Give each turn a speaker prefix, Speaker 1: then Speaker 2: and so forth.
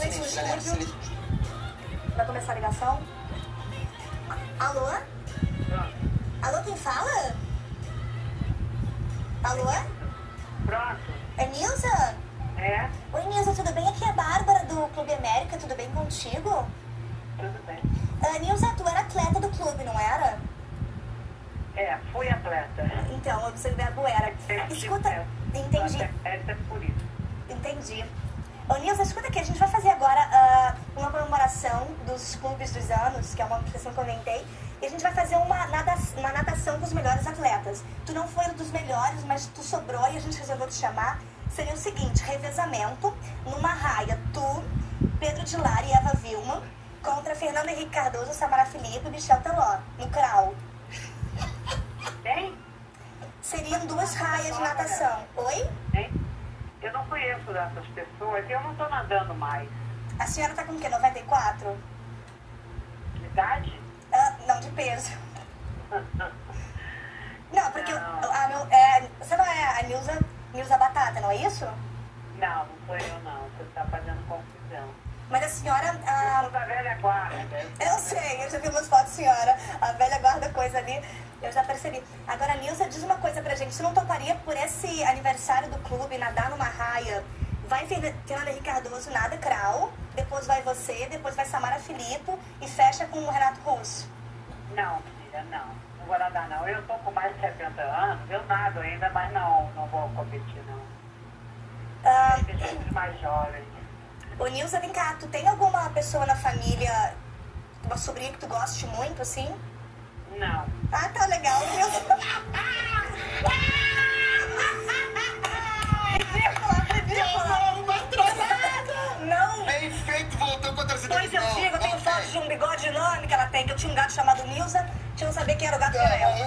Speaker 1: estúdio. Vai começar a ligação?
Speaker 2: Alô?
Speaker 3: Pronto,
Speaker 2: Alô, quem fala? Alô?
Speaker 3: pronto.
Speaker 2: É Nilza?
Speaker 3: É,
Speaker 2: Oi, Nilza, tudo bem? Aqui é a Bárbara do Clube América, tudo bem contigo?
Speaker 3: tudo bem.
Speaker 2: Ah, Nilza, tu era atleta do clube, não era?
Speaker 3: É, fui atleta.
Speaker 2: Então, eu sei o verbo era.
Speaker 3: né?
Speaker 2: Escuta,
Speaker 3: Tipo,
Speaker 2: entendi.
Speaker 3: Essa é por isso.
Speaker 2: Entendi. Ô, Nilson, escuta aqui, a gente vai fazer agora ah, uma comemoração dos clubes dos anos, que é uma questão que eu inventei, e a gente vai fazer uma, nada, uma natação com os melhores atletas. Tu não foi um dos melhores, mas tu sobrou e a gente resolveu te chamar. Seria o seguinte, revezamento, numa raia, tu, Pedro de Lara e Eva Vilma, contra Fernando Henrique Cardoso, Samara Felipe e Michel Teló, no crawl.
Speaker 3: Tem?
Speaker 2: Seriam duas raias de natação. Oi?
Speaker 3: Tem? Eu não conheço essas pessoas e eu não tô nadando mais.
Speaker 2: A senhora tá com o quê, 94?
Speaker 3: Idade?
Speaker 2: Ah, não, de peso. Não, porque
Speaker 3: Não.
Speaker 2: A, Nil- é, você não é a Nilza, Nilza Batata, não é isso?
Speaker 3: Não, não sou eu não. Você tá fazendo confusão.
Speaker 2: Mas a senhora.
Speaker 3: Eu
Speaker 2: a-
Speaker 3: sou da velha guarda.
Speaker 2: eu sei, eu já vi umas fotos da senhora. A velha guarda coisa ali, eu já percebi. Agora, Nilza, diz uma coisa pra gente. Você não toparia por esse aniversário do clube nadar numa raia? Vai Fern- Fernando Henrique Cardoso, nada Krau, depois vai você, depois vai Samara Filippo e fecha com o Renato Russo.
Speaker 3: Não, filha, não. Não vou nadar não. Eu tô com mais de 70 anos, eu nado ainda, mas não, não vou competir não.
Speaker 2: Ah,
Speaker 3: Tem pessoas mais jovens.
Speaker 2: Ô Nilza, vem cá, tu tem alguma pessoa na família, uma sobrinha que tu goste muito, assim?
Speaker 3: Não.
Speaker 2: Ah, tá legal, Nilza. Ridícula, ridícula.
Speaker 4: Não, patrocinado!
Speaker 2: Não,
Speaker 4: Bem feito, voltou patrocinado.
Speaker 2: pois eu
Speaker 4: Não,
Speaker 2: digo, eu tenho um
Speaker 4: voltei.
Speaker 2: foto de um bigode enorme que ela tem, que eu tinha um gato chamado Nilza, deixa eu não saber quem era o gato
Speaker 4: Tá
Speaker 2: dela.
Speaker 4: bom.